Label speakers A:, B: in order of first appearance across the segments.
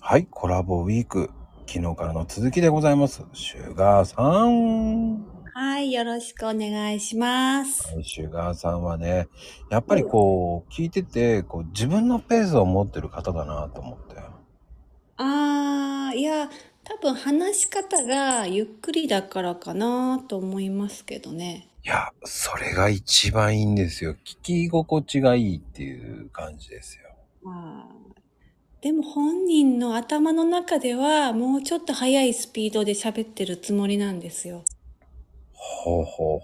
A: はい、コラボウィーク。昨日からの続きでございます。シュガーさん。
B: はい、よろしくお願いします。
A: はい、シュガーさんはね、やっぱりこう、聞いてて、こう、自分のペースを持ってる方だなと思って。
B: あー、いや、多分話し方がゆっくりだからかなと思いますけどね。
A: いや、それが一番いいんですよ。聞き心地がいいっていう感じですよ。
B: まあ、でも本人の頭の中ではもうちょっと速いスピードで喋ってるつもりなんですよ。
A: ほうほうほう。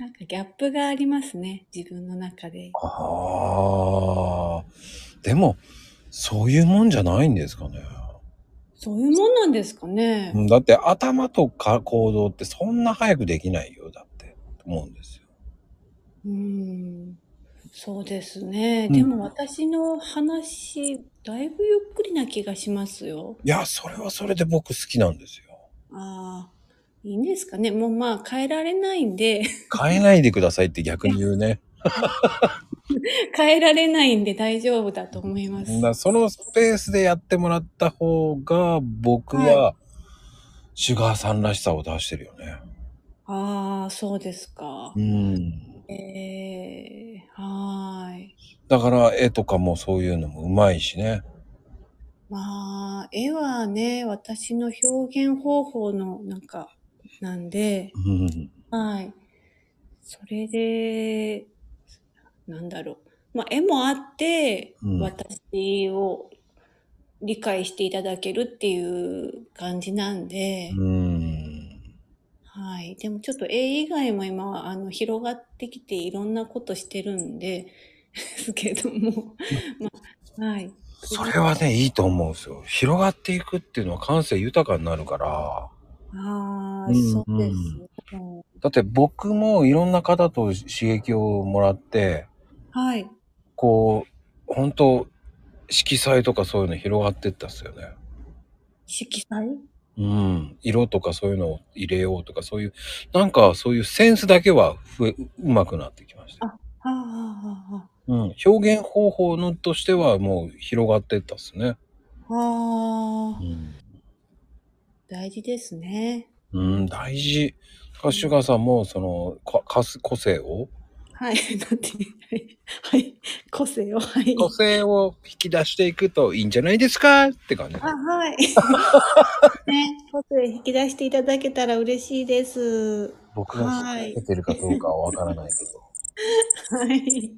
B: なんかギャップがありますね、自分の中で。
A: ああ。でも、そういうもんじゃないんですかね。
B: そういうもんなんですかね。
A: うんだって頭とか行動ってそんな早くできないよ、だって思うんですよ。
B: うーん。そうですね。
A: うん
B: でも私の話、だいぶゆっくりな気がしますよ。
A: いや、それはそれで僕好きなんですよ。
B: ああ、いいんですかね。もうまあ変えられないんで、
A: 変えないでくださいって逆に言うね。
B: 変えられないんで大丈夫だと思います。
A: だからそのスペースでやってもらった方が僕はシュガーさんらしさを出してるよね。
B: ああ、そうですか
A: う。ん。
B: えー、はーい。
A: だから絵とかもそういうのもうまいしね。
B: まあ、絵はね、私の表現方法のなんか、なんで、
A: うん。
B: はい。それで、なんだろう。まあ、絵もあって、
A: うん
B: 私を理解していただけるっていう感じなんで、
A: うん。
B: はい。でもちょっと絵以外も今、あの、広がってきていろんなことしてるんで、ですけども、まあ、はい。
A: それはね、いいと思うんですよ。広がっていくっていうのは感性豊かになるから。
B: ああ、
A: うんうん
B: そうですね。
A: だって僕もいろんな方と刺激をもらって、
B: はい。
A: こう、本当色彩とかそういうの広がってったっすよね。
B: 色彩
A: うん、色とかそういうのを入れようとかそういうなんかそういうセンスだけは増えうまくなってきました、
B: ああ、ああ、
A: うん、表現方法のとしてはもう広がってったっすね
B: あああ
A: う
B: あ、
A: ん、
B: 大事ですね。
A: うん、大事だからシュガーさんもそのかかす個性を
B: はい。 なんて、はいはい。個性を、はい。
A: 個性を引き出していくといいんじゃないですかって感じ
B: あ、 はい。ね、個性引き出していただけたら嬉しいです。
A: 僕が引き出せてるかどうかはわからないけど
B: はい。